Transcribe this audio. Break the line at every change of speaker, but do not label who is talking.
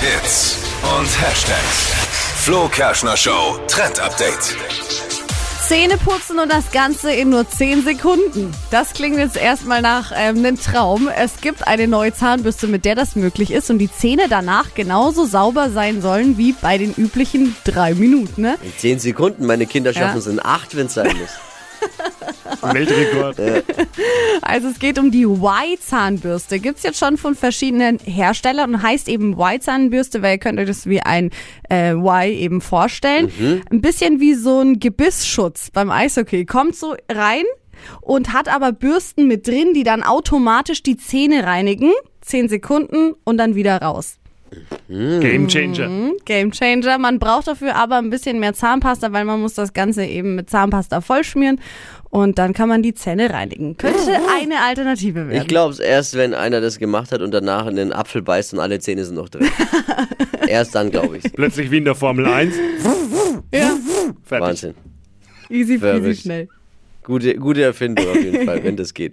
Hits und Hashtags. Flo Kerschner Show Trend Update.
Zähne putzen und das Ganze in nur 10 Sekunden. Das klingt jetzt erstmal nach ähm, einem Traum. Es gibt eine neue Zahnbürste, mit der das möglich ist und die Zähne danach genauso sauber sein sollen wie bei den üblichen drei Minuten. Ne?
In zehn Sekunden, meine Kinder schaffen
Ja.
es in acht, wenn es sein muss.
Weltrekord.
Also es geht um die Y-Zahnbürste. Gibt's jetzt schon von verschiedenen Herstellern und heißt eben Y-Zahnbürste, weil ihr könnt euch das wie ein äh, Y eben vorstellen. Ein bisschen wie so ein Gebissschutz beim Eishockey. Kommt so rein und hat aber Bürsten mit drin, die dann automatisch die Zähne reinigen. Zehn Sekunden und dann wieder raus. Hm?
Game Changer.
Game Changer. Man braucht dafür aber ein bisschen mehr Zahnpasta, weil man muss das Ganze eben mit Zahnpasta vollschmieren und dann kann man die Zähne reinigen. Könnte eine Alternative werden.
Ich glaube es erst, wenn einer das gemacht hat und danach in den Apfel beißt und alle Zähne sind noch drin. erst dann glaube ich.
Plötzlich wie in der Formel 1.
Ja.
Fertig.
Wahnsinn.
Easy peasy
Verrückt.
schnell.
Gute, gute Erfindung auf jeden Fall, wenn das geht.